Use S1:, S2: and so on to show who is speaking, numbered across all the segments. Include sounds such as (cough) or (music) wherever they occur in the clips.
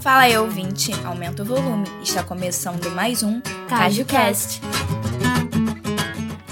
S1: Fala aí, ouvinte. Aumenta o volume. Está começando mais um
S2: CajuCast.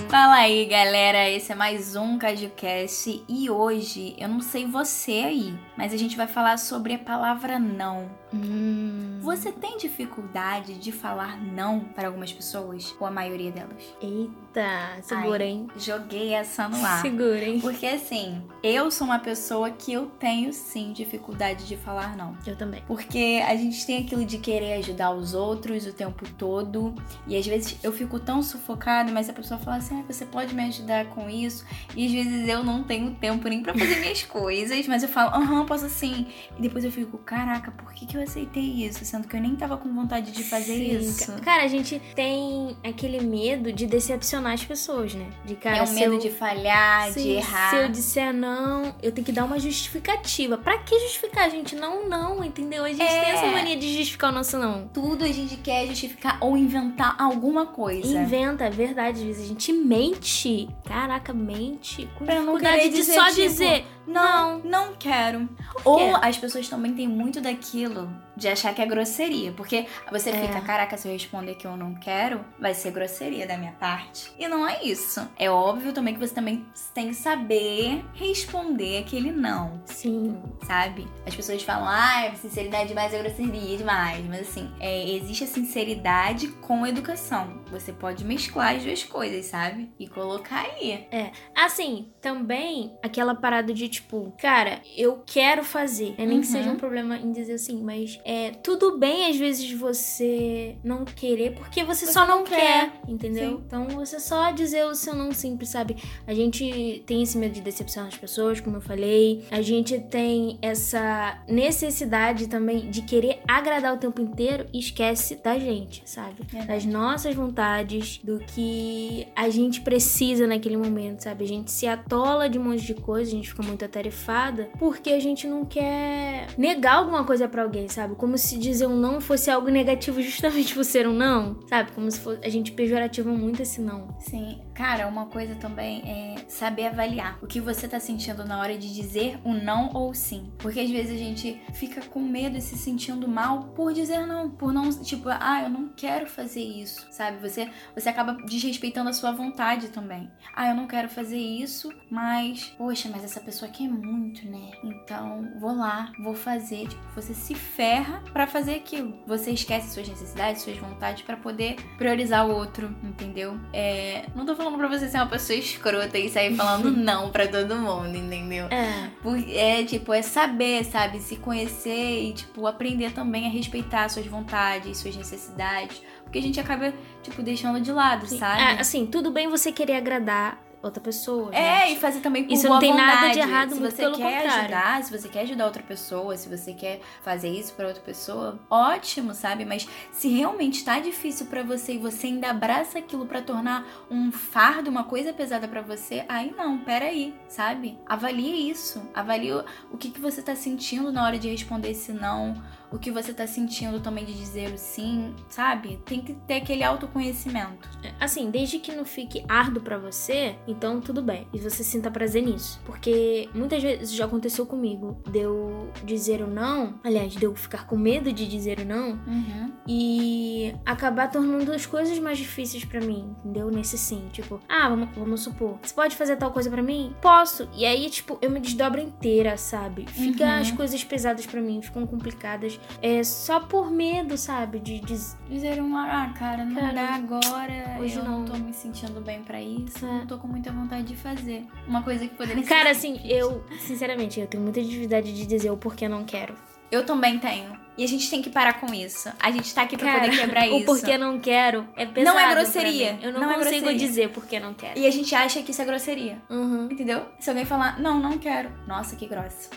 S1: Fala aí, galera. Esse é mais um CajuCast. E hoje, eu não sei você aí, mas a gente vai falar sobre a palavra não.
S2: Hum.
S1: Você tem dificuldade de falar não para algumas pessoas? Ou a maioria delas?
S2: Eita, segura,
S1: Ai.
S2: hein?
S1: Joguei essa no ar.
S2: Segura, hein?
S1: Porque assim, eu sou uma pessoa que eu tenho sim dificuldade de falar não.
S2: Eu também.
S1: Porque a gente tem aquilo de querer ajudar os outros o tempo todo. E às vezes eu fico tão sufocada, mas a pessoa fala assim: ah, você pode me ajudar com isso? E às vezes eu não tenho tempo nem pra fazer minhas (laughs) coisas, mas eu falo: aham, posso sim. E depois eu fico: caraca, por que, que eu aceitei isso? Sendo que eu nem tava com vontade de fazer
S2: Sim,
S1: isso.
S2: ca- Cara, a gente tem aquele medo de decepcionar as pessoas, né? De cara,
S1: é um
S2: se
S1: medo
S2: eu-
S1: de falhar, de
S2: Sim,
S1: errar.
S2: Se eu disser não, eu tenho que dar uma justificativa. Pra que justificar, gente? Não, não, entendeu? A gente
S1: É.
S2: tem essa mania de justificar o nosso não.
S1: Tudo a gente quer justificar ou inventar alguma coisa.
S2: Inventa, é verdade, às vezes a gente mente. Caraca, mente. Com
S1: Pra não
S2: dificuldade
S1: querer
S2: de
S1: dizer,
S2: só
S1: tipo,
S2: dizer
S1: Não, não quero.
S2: quê?
S1: Ou as pessoas também têm muito daquilo de achar que é grosseria. Porque você
S2: É.
S1: fica, caraca, se eu responder que eu não quero, vai ser grosseria da minha parte. E não é isso. É óbvio também que você também tem que saber responder aquele não,
S2: Sim.
S1: sabe? As pessoas falam, ah, sinceridade demais é grosseria demais. Mas assim, é, existe a sinceridade com educação. Você pode mesclar as duas coisas, sabe? E colocar aí.
S2: Assim, também aquela parada de tipo, cara, eu quero fazer. É nem que
S1: Uhum.
S2: seja um problema em dizer assim, mas é tudo bem às vezes você não querer, porque você,
S1: Você
S2: só não
S1: não
S2: quer,
S1: quer.
S2: entendeu?
S1: Sim.
S2: Então você só dizer o seu não simples, sabe? A gente tem esse medo de decepcionar as pessoas, como eu falei. A gente tem essa necessidade também de querer agradar o tempo inteiro e esquece da gente, sabe? das nossas vontades, do que a gente precisa naquele momento, sabe? A gente se atola de um monte de coisa, a gente fica muito atarefada, porque a gente não quer negar alguma coisa pra alguém, sabe? Como se dizer um não fosse algo negativo (laughs) justamente por ser um não, sabe? Como se fosse, a gente pejorativa muito esse não.
S1: Sim, cara, uma coisa também é saber avaliar o que você tá sentindo na hora de dizer o não ou o sim. Porque às vezes a gente fica com medo e se sentindo mal por dizer não, por não, tipo, ah, eu não quero fazer isso, sabe? Você você acaba desrespeitando a sua vontade também. Ah, eu não quero fazer isso, mas poxa, mas essa pessoa quer muito, né? Então, vou lá, vou fazer, tipo, você se ferra pra fazer aquilo. Você esquece suas necessidades, suas vontades pra poder priorizar o outro, entendeu? É, não tô falando pra você ser uma pessoa escrota e sair falando não pra todo mundo, entendeu?
S2: É,
S1: Por- É, tipo, é saber, sabe? Se conhecer e, tipo, aprender também a respeitar suas vontades, suas necessidades. Porque a gente acaba, tipo, deixando de lado,
S2: é,
S1: sabe?
S2: assim, tudo bem você querer agradar outra pessoa.
S1: É,
S2: gente.
S1: e fazer também por
S2: Isso
S1: boa
S2: não tem nada
S1: vontade.
S2: de errado,
S1: se
S2: muito
S1: você
S2: pelo
S1: quer
S2: contrário.
S1: ajudar, se você quer ajudar outra pessoa, se você quer fazer isso pra outra pessoa, ótimo, sabe? Mas se realmente tá difícil pra você e você ainda abraça aquilo pra tornar um fardo, uma coisa pesada pra você, aí não, peraí, sabe? Avalie isso, avalie o, o que, que você tá sentindo na hora de responder esse não, o que você tá sentindo também de dizer o sim, sabe? Tem que ter aquele autoconhecimento.
S2: Assim, desde que não fique árduo pra você, então tudo bem. E você sinta prazer nisso. Porque muitas vezes já aconteceu comigo. Deu dizer o não. Aliás, deu ficar com medo de dizer o não.
S1: Uhum.
S2: E acabar tornando as coisas mais difíceis pra mim. Entendeu? Nesse sim. Tipo, ah, vamos, vamos supor. Você pode fazer tal coisa pra mim? Posso. E aí, tipo, eu me desdobro inteira, sabe? Fica
S1: Uhum.
S2: as coisas pesadas pra mim, ficam complicadas. É só por medo, sabe? De, de
S1: Dizeram, ah, cara, não
S2: Cara,
S1: dá agora.
S2: hoje
S1: eu não.
S2: não.
S1: tô me sentindo bem pra isso.
S2: É.
S1: Não tô com muita vontade de fazer. Uma coisa que poderia ser.
S2: Cara, assim, eu, sinceramente, eu tenho muita dificuldade de dizer o porquê não quero.
S1: Eu também tenho. E a gente tem que parar com isso. A gente tá aqui pra
S2: Cara,
S1: poder quebrar
S2: (laughs) O
S1: isso.
S2: porquê não quero é pesado.
S1: Não é
S2: pra
S1: grosseria.
S2: mim. Eu não,
S1: Não é
S2: consigo
S1: grosseria.
S2: dizer porquê não quero.
S1: E a gente acha que isso é grosseria.
S2: Uhum.
S1: Entendeu? Se alguém falar, não, não quero. Nossa, que
S2: (laughs)
S1: grossa.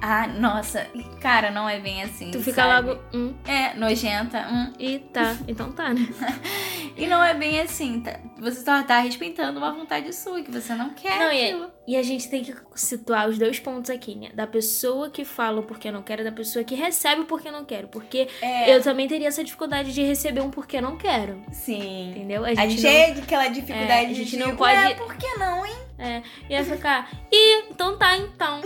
S1: ah, nossa. Cara, não é bem assim.
S2: Tu fica
S1: sabe?
S2: logo, hum,
S1: É, nojenta. Hum.
S2: e tá. Então tá, né?
S1: E não é bem assim. Tá? Você só tá respeitando uma vontade sua que você não quer.
S2: Não, e-
S1: aquilo.
S2: E a gente tem que situar os dois pontos aqui, né? Da pessoa que fala o porquê não quero e da pessoa que recebe o porquê não quero. Porque
S1: É,
S2: eu também teria essa dificuldade de receber um porquê não quero.
S1: sim.
S2: Entendeu?
S1: A gente
S2: não-
S1: é aquela dificuldade
S2: É, a gente
S1: de
S2: não
S1: "Ué,
S2: pode-
S1: por que não, hein?
S2: ia ficar, e então (laughs) tá, então.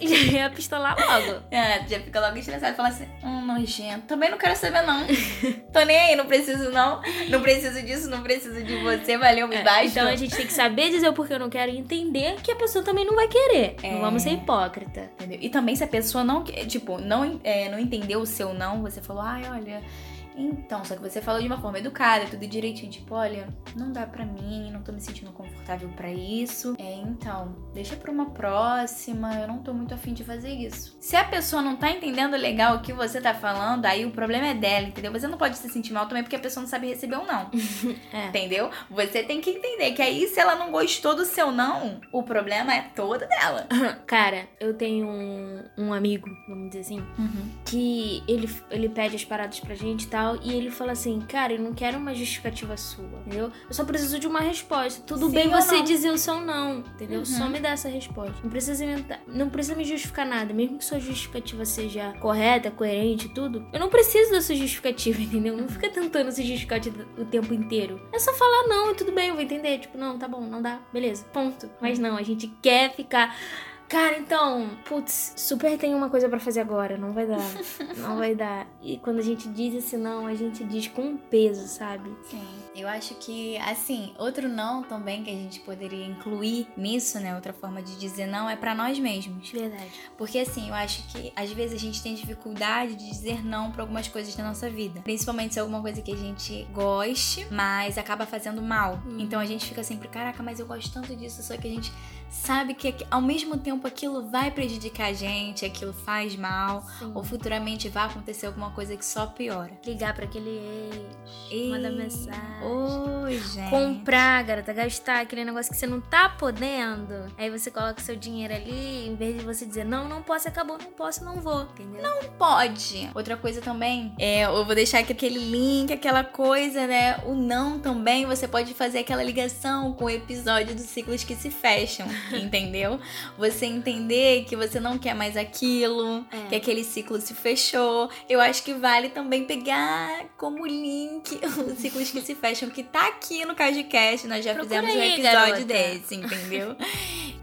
S2: E já ia pistolar logo.
S1: É, já fica logo estressado e fala assim: hum, nojento. Também não quero saber, não. Tô nem aí, não preciso, não. Não preciso disso, não preciso de você. Valeu, me
S2: É,
S1: basta.
S2: então a gente tem que saber dizer o porquê eu não quero e entender que a pessoa também não vai querer.
S1: É.
S2: Não vamos ser hipócrita.
S1: Entendeu? E também se a pessoa não, que- tipo, não, é, não entendeu o seu não, você falou, ai, olha. Então, só que você falou de uma forma educada, tudo direitinho, tipo, olha, não dá pra mim, não tô me sentindo confortável pra isso. É, então, deixa pra uma próxima, eu não tô muito afim de fazer isso. Se a pessoa não tá entendendo legal o que você tá falando, aí o problema é dela, entendeu? Você não pode se sentir mal também porque a pessoa não sabe receber um não.
S2: É.
S1: Entendeu? Você tem que entender que aí, se ela não gostou do seu não, o problema é todo dela.
S2: Cara, eu tenho um, um amigo, vamos dizer assim,
S1: Uhum.
S2: que ele, ele pede as paradas pra gente e tal, e ele fala assim, cara, eu não quero uma justificativa sua, entendeu? Eu só preciso de uma resposta. Tudo
S1: Sim
S2: bem
S1: ou
S2: você
S1: não.
S2: dizer o seu não, entendeu?
S1: Uhum.
S2: Só me dá essa resposta. Não precisa inventar, não precisa me justificar nada, mesmo que sua justificativa seja correta, coerente e tudo. Eu não preciso da sua justificativa, (laughs) entendeu? Não fica tentando se justificar de- o tempo inteiro. É só falar não e tudo bem, eu vou entender. Tipo, não, tá bom, não dá, beleza, ponto. Mas não, a gente quer ficar Cara, então, putz, super tem uma coisa pra fazer agora, não vai dar. Não vai dar. E quando a gente diz esse não, a gente diz com peso, sabe?
S1: Sim. Eu acho que, assim, outro não também que a gente poderia incluir nisso, né? Outra forma de dizer não é pra nós mesmos.
S2: Verdade.
S1: Porque, assim, eu acho que às vezes a gente tem dificuldade de dizer não pra algumas coisas da nossa vida. Principalmente se é alguma coisa que a gente goste, mas acaba fazendo mal.
S2: Hum.
S1: Então a gente fica sempre, caraca, mas eu gosto tanto disso, só que a gente sabe que aqui- ao mesmo tempo aquilo vai prejudicar a gente, aquilo faz mal. Ou futuramente vai acontecer alguma coisa que só piora.
S2: Ligar pra aquele ex, mandar
S1: Ih,
S2: mensagem.
S1: Oi,
S2: é.
S1: gente.
S2: Comprar, garota, gastar aquele negócio que você não tá podendo. Aí você coloca seu dinheiro ali, em vez de você dizer, não, não posso, acabou, não posso, não vou. Entendeu? Não.
S1: pode. Outra coisa também, é, eu vou deixar aqui aquele link, aquela coisa, né? O não também, você pode fazer aquela ligação com o episódio dos ciclos que se fecham, (laughs) entendeu? Você entender que você não quer mais aquilo,
S2: É.
S1: que aquele ciclo se fechou. Eu acho que vale também pegar como link (laughs) os ciclos que se fecham, que tá aqui no Cardcast, nós já
S2: Procura
S1: fizemos um
S2: aí,
S1: episódio
S2: garota.
S1: desse,
S2: (laughs)
S1: entendeu?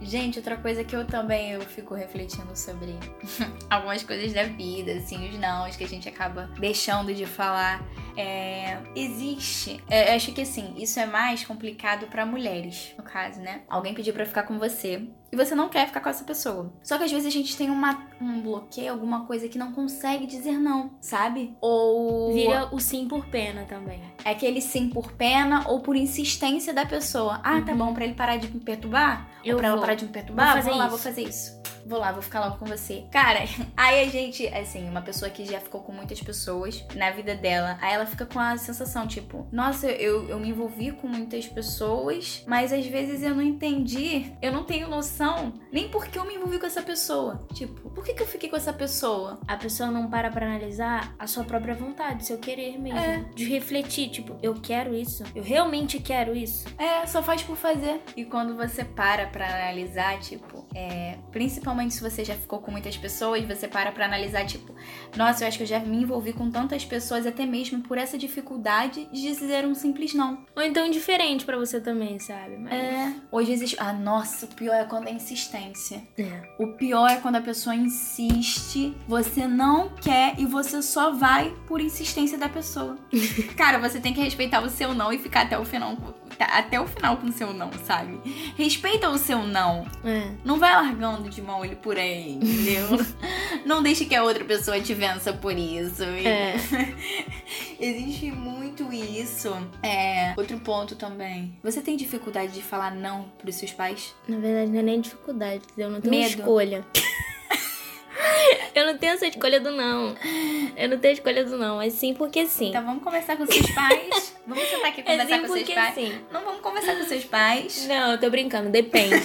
S1: Gente, outra coisa que eu também eu fico refletindo sobre (laughs) algumas coisas da vida, assim, os nãos que a gente acaba deixando de falar. É, existe. é, eu acho que assim, isso é mais complicado pra mulheres, no caso, né? Alguém pediu pra ficar com você e você não quer ficar com essa pessoa. Só que às vezes a gente tem uma, um bloqueio, alguma coisa que não consegue dizer não, sabe? Ou
S2: Vira o sim por pena também.
S1: é aquele sim por pena ou por insistência da pessoa. Ah, tá
S2: Uhum.
S1: bom, pra ele parar de me perturbar?
S2: Eu
S1: ou pra ela
S2: vou.
S1: parar de me perturbar?
S2: Vou fazer
S1: lá,
S2: isso.
S1: vou fazer isso. Vou lá, vou ficar logo com você. Cara, (laughs) aí a gente, assim, uma pessoa que já ficou com muitas pessoas na vida dela, aí ela fica com a sensação, tipo, nossa, eu, eu me envolvi com muitas pessoas, mas às vezes eu não entendi, eu não tenho noção nem por que eu me envolvi com essa pessoa. Tipo, por que, que eu fiquei com essa pessoa?
S2: a pessoa não para pra analisar a sua própria vontade, seu querer mesmo. De refletir, tipo, eu quero isso? Eu realmente quero isso?
S1: É, só faz por fazer. E quando você para pra analisar, tipo, é, principalmente se você já ficou com muitas pessoas, você para pra analisar, tipo, nossa, eu acho que eu já me envolvi com tantas pessoas, até mesmo por essa dificuldade de dizer um simples não.
S2: Ou então indiferente pra você também, sabe? Mas...
S1: É. Hoje existe. Ah, nossa, o pior é quando é insistência.
S2: É.
S1: O pior é quando a pessoa insiste, você não quer e você só vai por insistência da
S2: (laughs)
S1: pessoa. Cara, você tem que respeitar o seu não e ficar até o final, tá- até o final com o seu não, sabe? Respeita o seu não.
S2: É.
S1: Não vai largando de mão ele por aí,
S2: (laughs)
S1: entendeu? não deixe que a outra pessoa te vença por isso. E-
S2: É.
S1: Existe muito isso. É, outro ponto também. Você tem dificuldade de falar não pros seus pais?
S2: Na verdade, não é nem dificuldade, entendeu? Eu não tenho
S1: Medo.
S2: escolha. (laughs) eu não tenho essa escolha do não. Eu não tenho escolha do não, mas sim porque sim.
S1: Então vamos conversar com seus
S2: (laughs)
S1: pais. vamos sentar aqui e
S2: é
S1: conversar
S2: sim
S1: com tá? seus
S2: porque
S1: pais.
S2: sim.
S1: Não vamos conversar com seus pais.
S2: Não, eu tô
S1: (laughs)
S2: brincando, depende.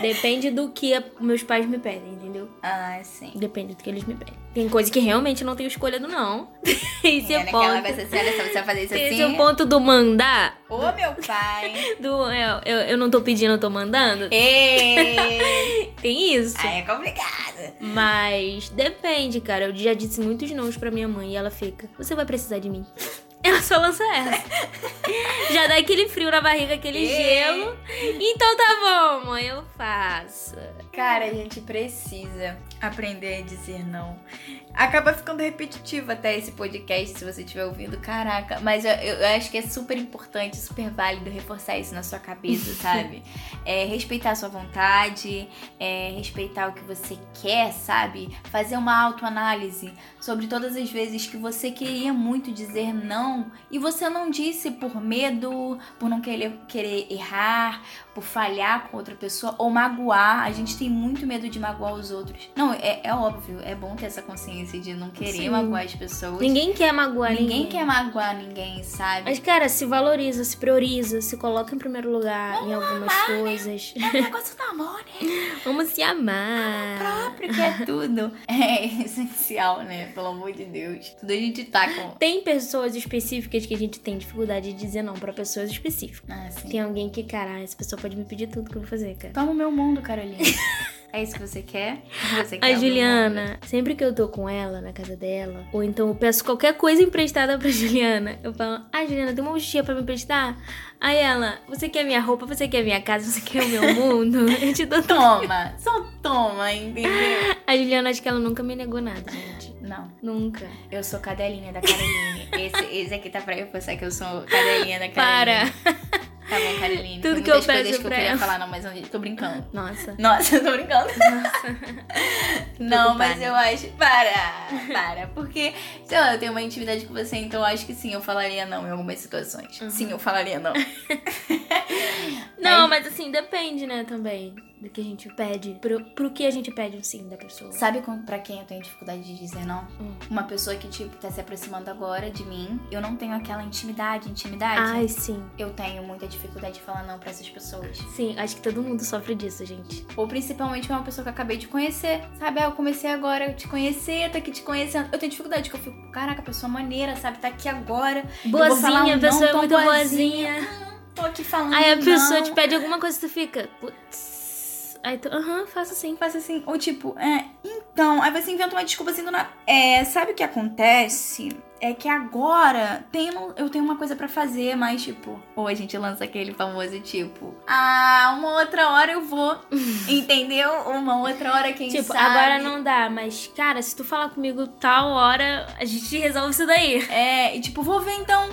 S2: depende do que a- meus pais me pedem, entendeu?
S1: Ah, sim.
S2: Depende do que eles me pedem. Tem coisa que realmente eu não tenho escolha do não. (laughs) Esse é,
S1: é,
S2: o
S1: naquela
S2: ponto.
S1: vai ser séria, você vai fazer isso
S2: Esse é o
S1: assim.
S2: ponto do mandar.
S1: Ô, meu (laughs) pai.
S2: Do é, eu, eu não tô pedindo, eu tô mandando.
S1: Ei!
S2: Tem isso.
S1: Aí é complicado.
S2: Mas depende, cara. Eu já disse muitos nãos pra minha mãe e ela fica. Você vai precisar de mim. (laughs) Ela só lança essa. Já dá aquele frio na barriga, aquele
S1: Ê.
S2: gelo. Então tá bom, mãe, eu faço.
S1: Cara, a gente precisa aprender a dizer não. Acaba ficando repetitivo até esse podcast, se você estiver ouvindo. Caraca, mas eu, eu acho que é super importante, super válido reforçar isso na sua cabeça, (laughs) sabe? É, respeitar a sua vontade, é, respeitar o que você quer, sabe? Fazer uma autoanálise sobre todas as vezes que você queria muito dizer não e você não disse por medo, por não querer, querer errar, por falhar com outra pessoa ou magoar. A gente tem muito medo de magoar os outros. Não, é, é óbvio, é bom ter essa consciência de não querer
S2: Sim.
S1: magoar as pessoas.
S2: Ninguém quer magoar
S1: Ninguém
S2: ninguém.
S1: quer magoar ninguém, sabe?
S2: Mas, cara, se valoriza, se prioriza, se coloca em primeiro lugar em algumas coisas.
S1: É um negócio da amor, né?
S2: Vamos se amar.
S1: Próprio que é tudo. (laughs) É essencial, né? Pelo amor de Deus. Tudo a gente tá com.
S2: Tem pessoas específicas que a gente tem dificuldade de dizer não pra pessoas específicas.
S1: Ah, sim.
S2: Tem alguém que, cara, essa pessoa pode me pedir tudo que eu vou fazer, cara.
S1: Toma o meu mundo, Carolina. é isso que você quer? Você quer o meu
S2: A
S1: mundo?
S2: Juliana, sempre que eu tô com ela na casa dela, ou então eu peço qualquer coisa emprestada pra (laughs) Juliana, eu falo, ah, Juliana, tem uma mochila pra me emprestar? Aí ela, você quer minha roupa, você quer minha casa, você quer o
S1: (laughs)
S2: meu mundo? Eu te dou tudo.
S1: Toma, só toma, entendeu?
S2: A Juliana, acho que ela nunca me negou nada, gente.
S1: (laughs) Não,
S2: Nunca.
S1: eu sou cadelinha da Caroline. Esse, esse aqui tá pra eu pensar que eu sou cadelinha da Caroline.
S2: Para.
S1: Tá bom, Caroline.
S2: Tudo
S1: Tem
S2: que eu
S1: muitas coisas
S2: peço
S1: que eu
S2: pra
S1: queria
S2: ela.
S1: falar, não, mas eu tô brincando.
S2: Nossa.
S1: Nossa, (laughs) eu tô brincando. (laughs) Não,
S2: Preocupada.
S1: mas eu acho. Para! Para! Porque, sei lá, eu tenho uma intimidade com você, então eu acho que sim, eu falaria não em algumas situações. Sim, eu falaria não.
S2: Não, mas assim, depende, né, também, do que a gente pede. Pro, pro que a gente pede um sim da pessoa.
S1: (laughs) Sabe com, pra quem eu tenho dificuldade de dizer não?
S2: Hum.
S1: Uma pessoa que, tipo, tá se aproximando agora de mim. Eu não tenho aquela intimidade, intimidade.
S2: Ai, sim.
S1: Eu tenho muita dificuldade de falar não pra essas pessoas.
S2: Sim, acho que todo mundo sofre disso, gente.
S1: Ou principalmente uma pessoa que eu acabei de conhecer. Sabe, ah, eu comecei agora a te conhecer, tô aqui te conhecendo. Eu tenho dificuldade, que eu fico, caraca, pessoa maneira, sabe, tá aqui agora. vou falar um
S2: Boazinha, a pessoa
S1: não
S2: é
S1: tão
S2: muito
S1: boazinha.
S2: boazinha.
S1: Tô aqui falando.
S2: Aí a pessoa tipo,
S1: não.
S2: te pede alguma coisa e tu fica. Putz. Aí tu, aham, faça assim.
S1: Faz assim, ou tipo, é, então, aí você inventa uma desculpa assim do nada. É, sabe o que acontece? É que agora tem, um, eu tenho uma coisa pra fazer, mas tipo, ou a gente lança aquele famoso tipo, ah, uma outra hora eu
S2: (laughs)
S1: vou, entendeu? Uma outra hora quem
S2: tipo,
S1: sabe.
S2: agora não dá, mas, cara, se tu falar comigo tal hora, a gente resolve isso daí.
S1: É, e tipo, vou ver então,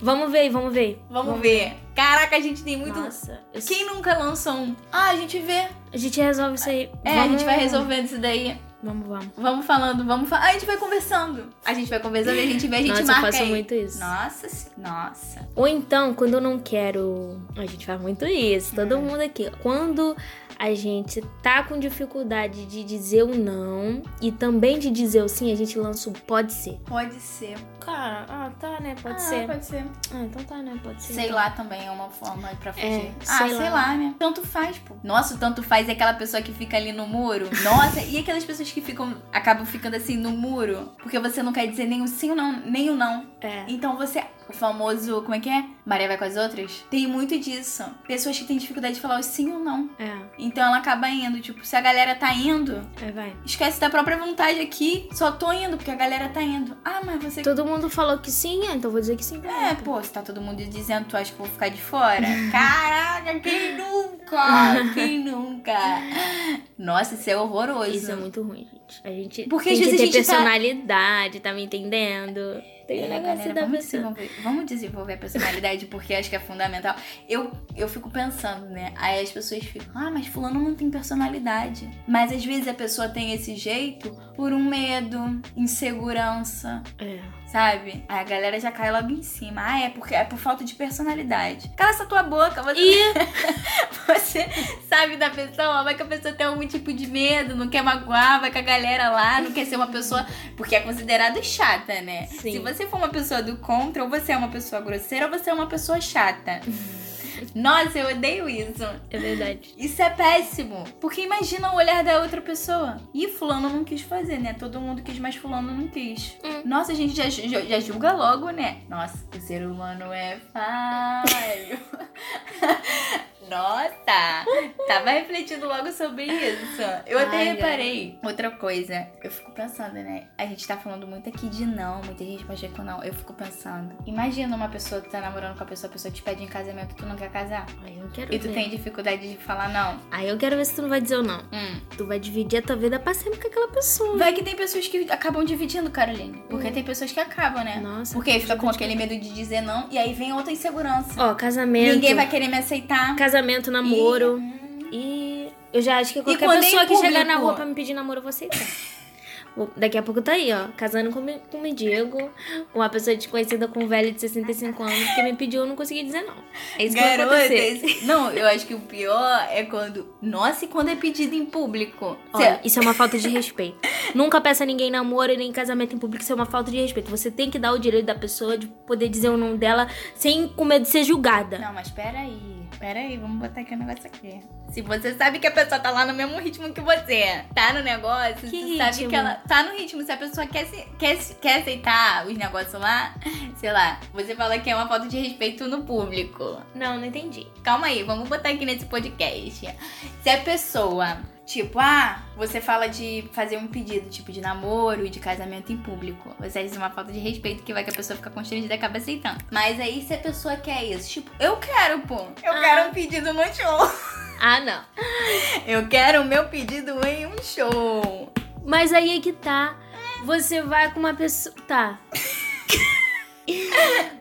S2: Vamos ver, vamos ver.
S1: vamos ver. Caraca, a gente tem muito.
S2: Nossa, eu-
S1: Quem nunca lançou um? Ah, a gente vê.
S2: a gente resolve isso aí.
S1: É, a gente vai resolvendo isso daí.
S2: Vamos, vamos.
S1: Vamos falando, vamos falando. A gente vai conversando. A gente vai conversando e a gente vê, a gente
S2: Nossa, eu
S1: marca
S2: faço
S1: aí.
S2: muito isso.
S1: Nossa, se- nossa.
S2: Ou então, quando eu não quero. A gente faz muito isso, todo
S1: Uhum.
S2: mundo aqui. Quando a gente tá com dificuldade de dizer o não e também de dizer o sim, a gente lança o pode ser.
S1: Pode ser.
S2: Cara, ah, tá, né? Pode
S1: Ah,
S2: ser.
S1: Pode ser.
S2: Ah, então tá, né? Pode ser.
S1: Sei lá também é uma forma pra fugir.
S2: É,
S1: ah, sei,
S2: sei lá.
S1: lá, né? Tanto faz, pô. Nossa, o tanto faz é aquela pessoa que fica ali no muro. Nossa, e aquelas pessoas que ficam acabam ficando assim no muro, porque você não quer dizer nem o sim ou não, nem o não.
S2: É.
S1: Então você, o famoso, como é que é? Maria vai com as outras? Tem muito disso. Pessoas que têm dificuldade de falar o sim ou não.
S2: É,
S1: Então ela acaba indo, tipo, se a galera tá indo,
S2: é, vai.
S1: Esquece da própria vontade aqui, só tô indo porque a galera tá indo. Ah, mas você.
S2: Todo mundo falou que sim, ah, então vou dizer que sim.
S1: É, pô, se tá todo mundo dizendo, tu acha que eu vou ficar de
S2: (laughs)
S1: fora? Caraca, quem nunca? Quem nunca? Nossa, isso é horroroso.
S2: Isso é muito ruim, gente. A gente
S1: Porque às
S2: tem que
S1: vezes a
S2: ter
S1: gente tá-
S2: personalidade, tá me entendendo? Tem
S1: É,
S2: um negócio
S1: galera,
S2: da
S1: vamos,
S2: pessoa.
S1: desenvolver, vamos desenvolver a personalidade porque acho que é fundamental. Eu, eu fico pensando, né? Aí as pessoas ficam, ah, mas fulano não tem personalidade. Mas às vezes a pessoa tem esse jeito por um medo, insegurança,
S2: É.
S1: Sabe? Aí a galera já cai logo em cima. Ah, é porque é por falta de personalidade. Cala essa tua boca, você,
S2: E
S1: (laughs) você sabe da pessoa, vai que a pessoa tem algum tipo de medo, não quer magoar, vai com a galera lá, não quer ser uma pessoa. Porque é considerado chata, né?
S2: Sim.
S1: Se você for uma pessoa do contra, ou você é uma pessoa grosseira, ou você é uma pessoa chata.
S2: Uhum.
S1: Nossa, eu odeio isso.
S2: é verdade.
S1: Isso é péssimo. Porque imagina o olhar da outra pessoa. E fulano não quis fazer, né? Todo mundo quis, mas fulano não quis.
S2: Hum.
S1: Nossa, a gente já, ju- já, já julga (laughs) logo, né? Nossa, o ser humano é falho. Nossa! Tava refletindo logo sobre isso. Eu até
S2: Ai,
S1: reparei. Outra coisa, eu fico pensando, né? A gente tá falando muito aqui de não, muita gente pode achar que não. Eu fico pensando. Imagina uma pessoa que tá namorando com a pessoa, a pessoa te pede em casamento, tu não quer casar.
S2: Aí eu não quero
S1: E tu
S2: ver.
S1: tem dificuldade de falar não.
S2: Aí eu quero ver se tu não vai dizer ou não.
S1: Hum.
S2: Tu vai dividir a tua vida pra sempre com aquela pessoa.
S1: Vai que tem pessoas que acabam dividindo, Caroline. Porque
S2: Hum.
S1: tem pessoas que acabam, né?
S2: Nossa.
S1: Porque aí fica com aquele medo de dizer não e aí vem outra insegurança.
S2: Ó, casamento.
S1: Ninguém vai querer me aceitar.
S2: Casamento, namoro. E eu já acho que qualquer
S1: quando é em
S2: pessoa que chegar na
S1: público?
S2: rua pra me pedir namoro, eu vou aceitar. Vou- Daqui a pouco tá aí, ó. Casando com, me- com um mendigo. Uma pessoa desconhecida com um velho de 65 anos que me pediu, eu não consegui dizer não. É isso que vai acontecer.
S1: Garotas, não, eu acho que o pior é quando. Nossa, e quando é pedido em público?
S2: Olha,
S1: Cê-
S2: isso é uma falta de respeito. Nunca peça a ninguém namoro e nem casamento em público, isso é uma falta de respeito. Você tem que dar o direito da pessoa de poder dizer o nome dela sem com medo de ser julgada.
S1: Não, mas peraí. Peraí, vamos botar aqui o negócio aqui. Se você sabe que a pessoa tá lá no mesmo ritmo que você, tá no negócio,
S2: Que
S1: você sabe
S2: ritmo?
S1: que ela tá no ritmo. Se a pessoa quer, se- quer, se- quer aceitar os negócios lá, sei lá, você fala que é uma falta de respeito no público.
S2: Não, não entendi.
S1: Calma aí, vamos botar aqui nesse podcast. Se a pessoa, tipo, ah, você fala de fazer um pedido, tipo, de namoro e de casamento em público. Você diz uma falta de respeito que vai que a pessoa fica constrangida e acaba aceitando. Mas aí se a pessoa quer isso, tipo, eu quero, pô. Eu
S2: Ah.
S1: quero um pedido num show.
S2: Ah, não.
S1: Eu quero o meu pedido em um show.
S2: Mas aí é que tá. Você vai com uma pessoa.
S1: (laughs)
S2: Tá.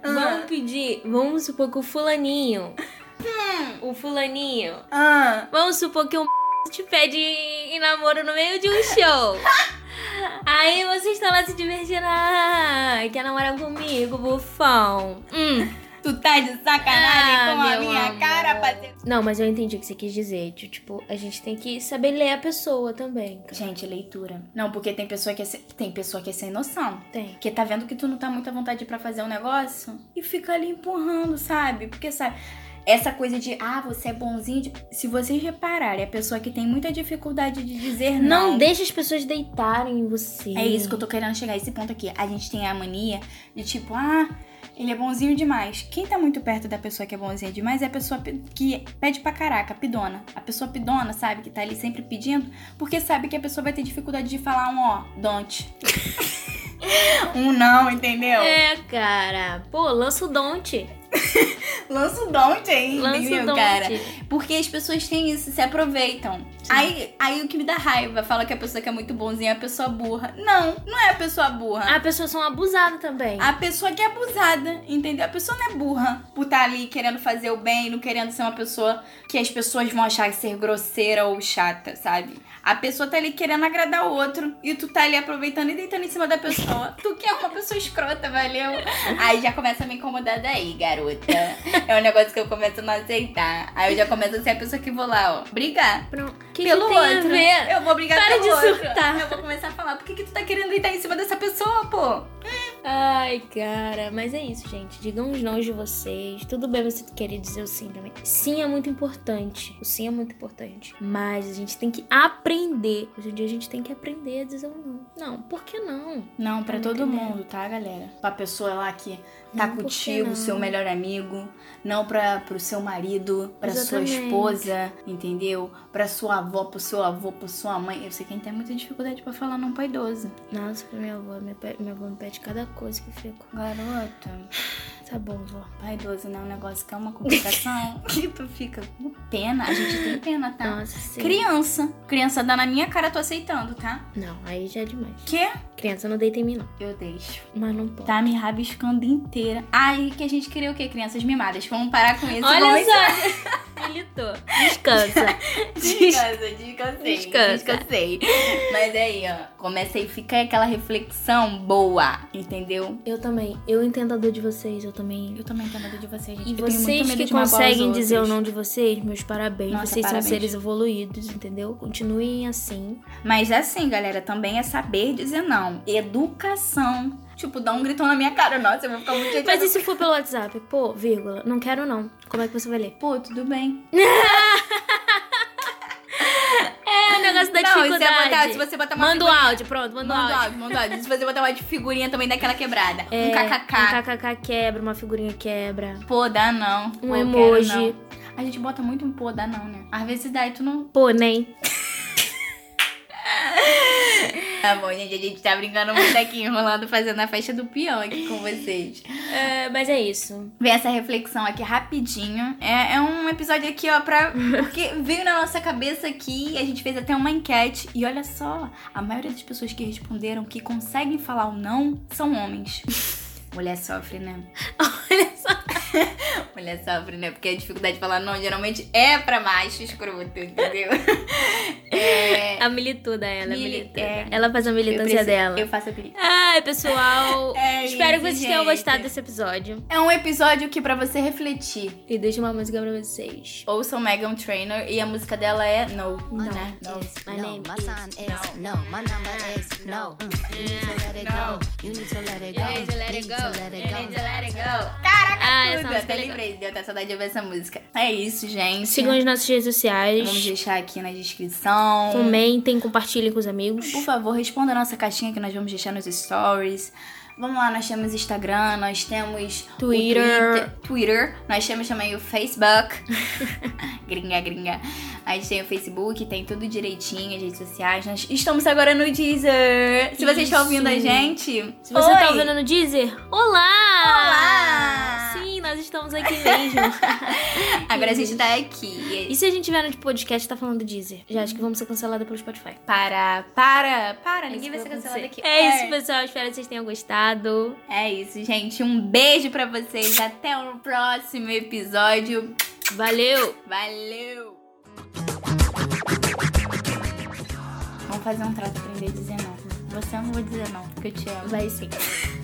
S2: vamos pedir. Vamos supor que o fulaninho.
S1: Hum.
S2: O fulaninho.
S1: Ah.
S2: Vamos supor que o te pede em namoro no meio de
S1: (laughs)
S2: um show. Aí você está lá se divertindo. Ah, quer namorar comigo, bufão. Hum.
S1: Tu tá de sacanagem
S2: Ah,
S1: com a
S2: meu
S1: minha
S2: amor.
S1: cara, parceiro.
S2: Não, mas eu entendi o que você quis dizer. de, Tipo, a gente tem que saber ler a pessoa também. cara.
S1: Gente, leitura. Não, porque tem pessoa que é sem- tem pessoa que é sem noção.
S2: Tem.
S1: Porque tá vendo que tu não tá muito à vontade pra fazer um negócio e fica ali empurrando, sabe? Porque sabe, essa coisa de ah, você é bonzinho, de- se vocês repararem, a pessoa que tem muita dificuldade de dizer
S2: Não,
S1: não.
S2: deixa as pessoas deitarem em você.
S1: É isso que eu tô querendo chegar, esse ponto aqui. A gente tem a mania de tipo, ah, ele é bonzinho demais. Quem tá muito perto da pessoa que é bonzinha demais é a pessoa pe- que pede pra caraca, pidona. A pessoa pidona, sabe? Que tá ali sempre pedindo, porque sabe que a pessoa vai ter dificuldade de falar um ó, don't. (laughs) um não, entendeu?
S2: É, cara. Pô, lança o Donte.
S1: Lança o don't aí,
S2: Lança o
S1: entendeu,
S2: Donte.
S1: cara? Porque as pessoas têm isso, se aproveitam. Aí, aí o que me dá raiva, fala que a pessoa que é muito bonzinha é a pessoa burra. Não, não é a pessoa burra.
S2: As Ah, pessoas são abusadas também.
S1: A pessoa que é abusada, entendeu? A pessoa não é burra por estar ali querendo fazer o bem, não querendo ser uma pessoa que as pessoas vão achar ser grosseira ou chata, sabe? A pessoa tá ali querendo agradar o outro e tu tá ali aproveitando e deitando em cima da
S2: (laughs)
S1: pessoa. tu que é uma pessoa escrota, valeu? Aí já começa a me incomodar daí, garota. É um negócio que eu começo a não aceitar. Aí eu já começo a ser a pessoa que vou lá, ó, brigar.
S2: Pronto. Que
S1: pelo
S2: que tem a
S1: outro.
S2: ver?
S1: Eu vou brigar
S2: Para
S1: pelo
S2: de
S1: outro.
S2: surtar.
S1: Eu vou começar a falar, por que, que tu tá querendo deitar em cima dessa pessoa, pô?
S2: Ai, cara. Mas é isso, gente. Digam os nãos de vocês. Tudo bem você querer dizer o sim também. Sim é muito importante. O sim é muito importante. Mas a gente tem que aprender. Hoje em dia a gente tem que aprender a dizer o não. Não, por que não?
S1: Não, pra
S2: Não
S1: todo
S2: entendendo.
S1: mundo, tá, galera? Pra pessoa lá que tá
S2: Não, por que
S1: contigo,
S2: não?
S1: seu melhor amigo. Não pra, pro seu marido, pra sua
S2: Exatamente.
S1: esposa, entendeu? Pra sua avó, pro seu avô, pro sua mãe. Eu sei que a gente tem muita dificuldade pra falar não pra idoso.
S2: Nossa, pra minha avó. Minha, pe- minha avó me pede cada coisa que eu fico.
S1: Garota,
S2: Tá bom, vó.
S1: pai idoso não é um negócio que é uma complicação (laughs) que tu fica com pena. A gente tem pena, tá?
S2: Nossa, sim.
S1: Criança. Criança dá na minha cara, eu tô aceitando, tá?
S2: Não, aí já é demais.
S1: Que?
S2: Criança não deita em mim, não.
S1: Eu deixo.
S2: Mas não pode.
S1: Tá me rabiscando inteira. Ai, que a gente queria o quê? Crianças mimadas. Vamos parar com isso. vamos
S2: Olha só! Militou. Descansa.
S1: Descansa, descansei.
S2: Descansa.
S1: Descansei. Mas aí, ó, começa aí, fica aí aquela reflexão boa, entendeu?
S2: Eu também. Eu entendo a dor de vocês, eu também.
S1: Eu também tenho medo de vocês, gente.
S2: E
S1: Eu tenho muito
S2: vocês
S1: medo
S2: que
S1: de magoar os
S2: conseguem dizer o
S1: outros.
S2: não de vocês, meus parabéns.
S1: Nossa,
S2: vocês
S1: parabéns.
S2: são seres evoluídos, entendeu? Continuem assim.
S1: Mas assim, galera, também é saber dizer não. Educação. Tipo, dá um gritão na minha cara. Nossa, eu vou ficar muito
S2: Mas
S1: chateada.
S2: e se for pelo WhatsApp? Pô, vírgula, não quero não. Como é que você vai ler?
S1: Pô, tudo bem.
S2: É o negócio da
S1: não, e se, eu
S2: dificuldade.
S1: botar, se você botar uma
S2: Manda o áudio, pronto, tá manda,
S1: Manda um
S2: o áudio.
S1: áudio, manda áudio. Se você botar uma de figurinha também daquela quebrada. um
S2: É,
S1: kkk.
S2: Um kkk quebra, uma figurinha quebra.
S1: Pô, dá não.
S2: Um
S1: Pô,
S2: emoji.
S1: quero não. A gente bota muito um pô, dá não, né? Às vezes dá e tu não.
S2: Pô, nem.
S1: Tá bom, gente, a gente tá brincando muito aqui, (laughs) enrolando, fazendo a festa do peão aqui com vocês.
S2: É, mas é isso.
S1: Vem essa reflexão aqui rapidinho. É, é um episódio aqui, ó, pra. Porque veio na nossa cabeça aqui, a gente fez até uma enquete. E olha só, a maioria das pessoas que responderam que conseguem falar o não são homens. (laughs) Mulher sofre, né?
S2: (laughs) Olha só.
S1: (laughs) Mulher sofre, né? Porque a dificuldade de falar não geralmente é pra macho escroto,
S2: (laughs)
S1: entendeu? É.
S2: A milituda, ela, a
S1: Mili-
S2: milituda.
S1: é.
S2: Ela faz a
S1: eu
S2: militância
S1: preciso-
S2: dela.
S1: Eu faço apelido.
S2: Ai, pessoal.
S1: (laughs) É
S2: espero
S1: isso,
S2: que vocês tenham
S1: gente.
S2: gostado desse episódio.
S1: É um episódio que pra você refletir.
S2: E deixo uma música pra vocês.
S1: Ouçam Megan Trainor e a música dela é No, né?
S2: Não. Yes, my
S3: no,
S2: name
S3: my
S2: is
S3: sign is no. My number is no. Mm, You need to let it go. You need to let it go. Need to let it go.
S1: Caraca,
S2: Ah, essa
S1: Tá tudo!
S2: música
S1: Até
S2: é legal.
S1: lembrei, deu até saudade de ouvir essa música. É isso, gente.
S2: Sigam as nossas redes sociais.
S1: Vamos deixar aqui na descrição.
S2: Comentem, compartilhem com os amigos.
S1: Por favor, responda a nossa caixinha que nós vamos deixar nos stories. Vamos lá, nós temos Instagram, nós temos o
S2: Twitter.
S1: Twitter, Twitter, nós temos também o Facebook. (laughs) gringa, gringa. A gente tem o Facebook, tem tudo direitinho, as redes sociais. Nós estamos agora no Deezer. Se você está
S2: Isso.
S1: ouvindo a gente,
S2: Se você tá
S1: oi!
S2: ouvindo no Deezer, olá!
S1: Olá!
S2: Sim, nós estamos aqui mesmo.
S1: Agora a gente tá aqui.
S2: e se a gente vier no podcast e tá falando do Deezer? Já acho que vamos ser canceladas pelo Spotify.
S1: Para, para, para. Ninguém vai
S2: É Isso
S1: ser
S2: vai
S1: cancelado aqui.
S2: acontecer. É isso, pessoal. Espero que vocês tenham gostado.
S1: É isso, gente. Um beijo pra vocês. Até o próximo episódio.
S2: Valeu!
S1: Valeu! Vamos fazer um trato pra aprender a dizer não. Você eu não vou dizer não, porque eu te amo.
S2: Vai sim.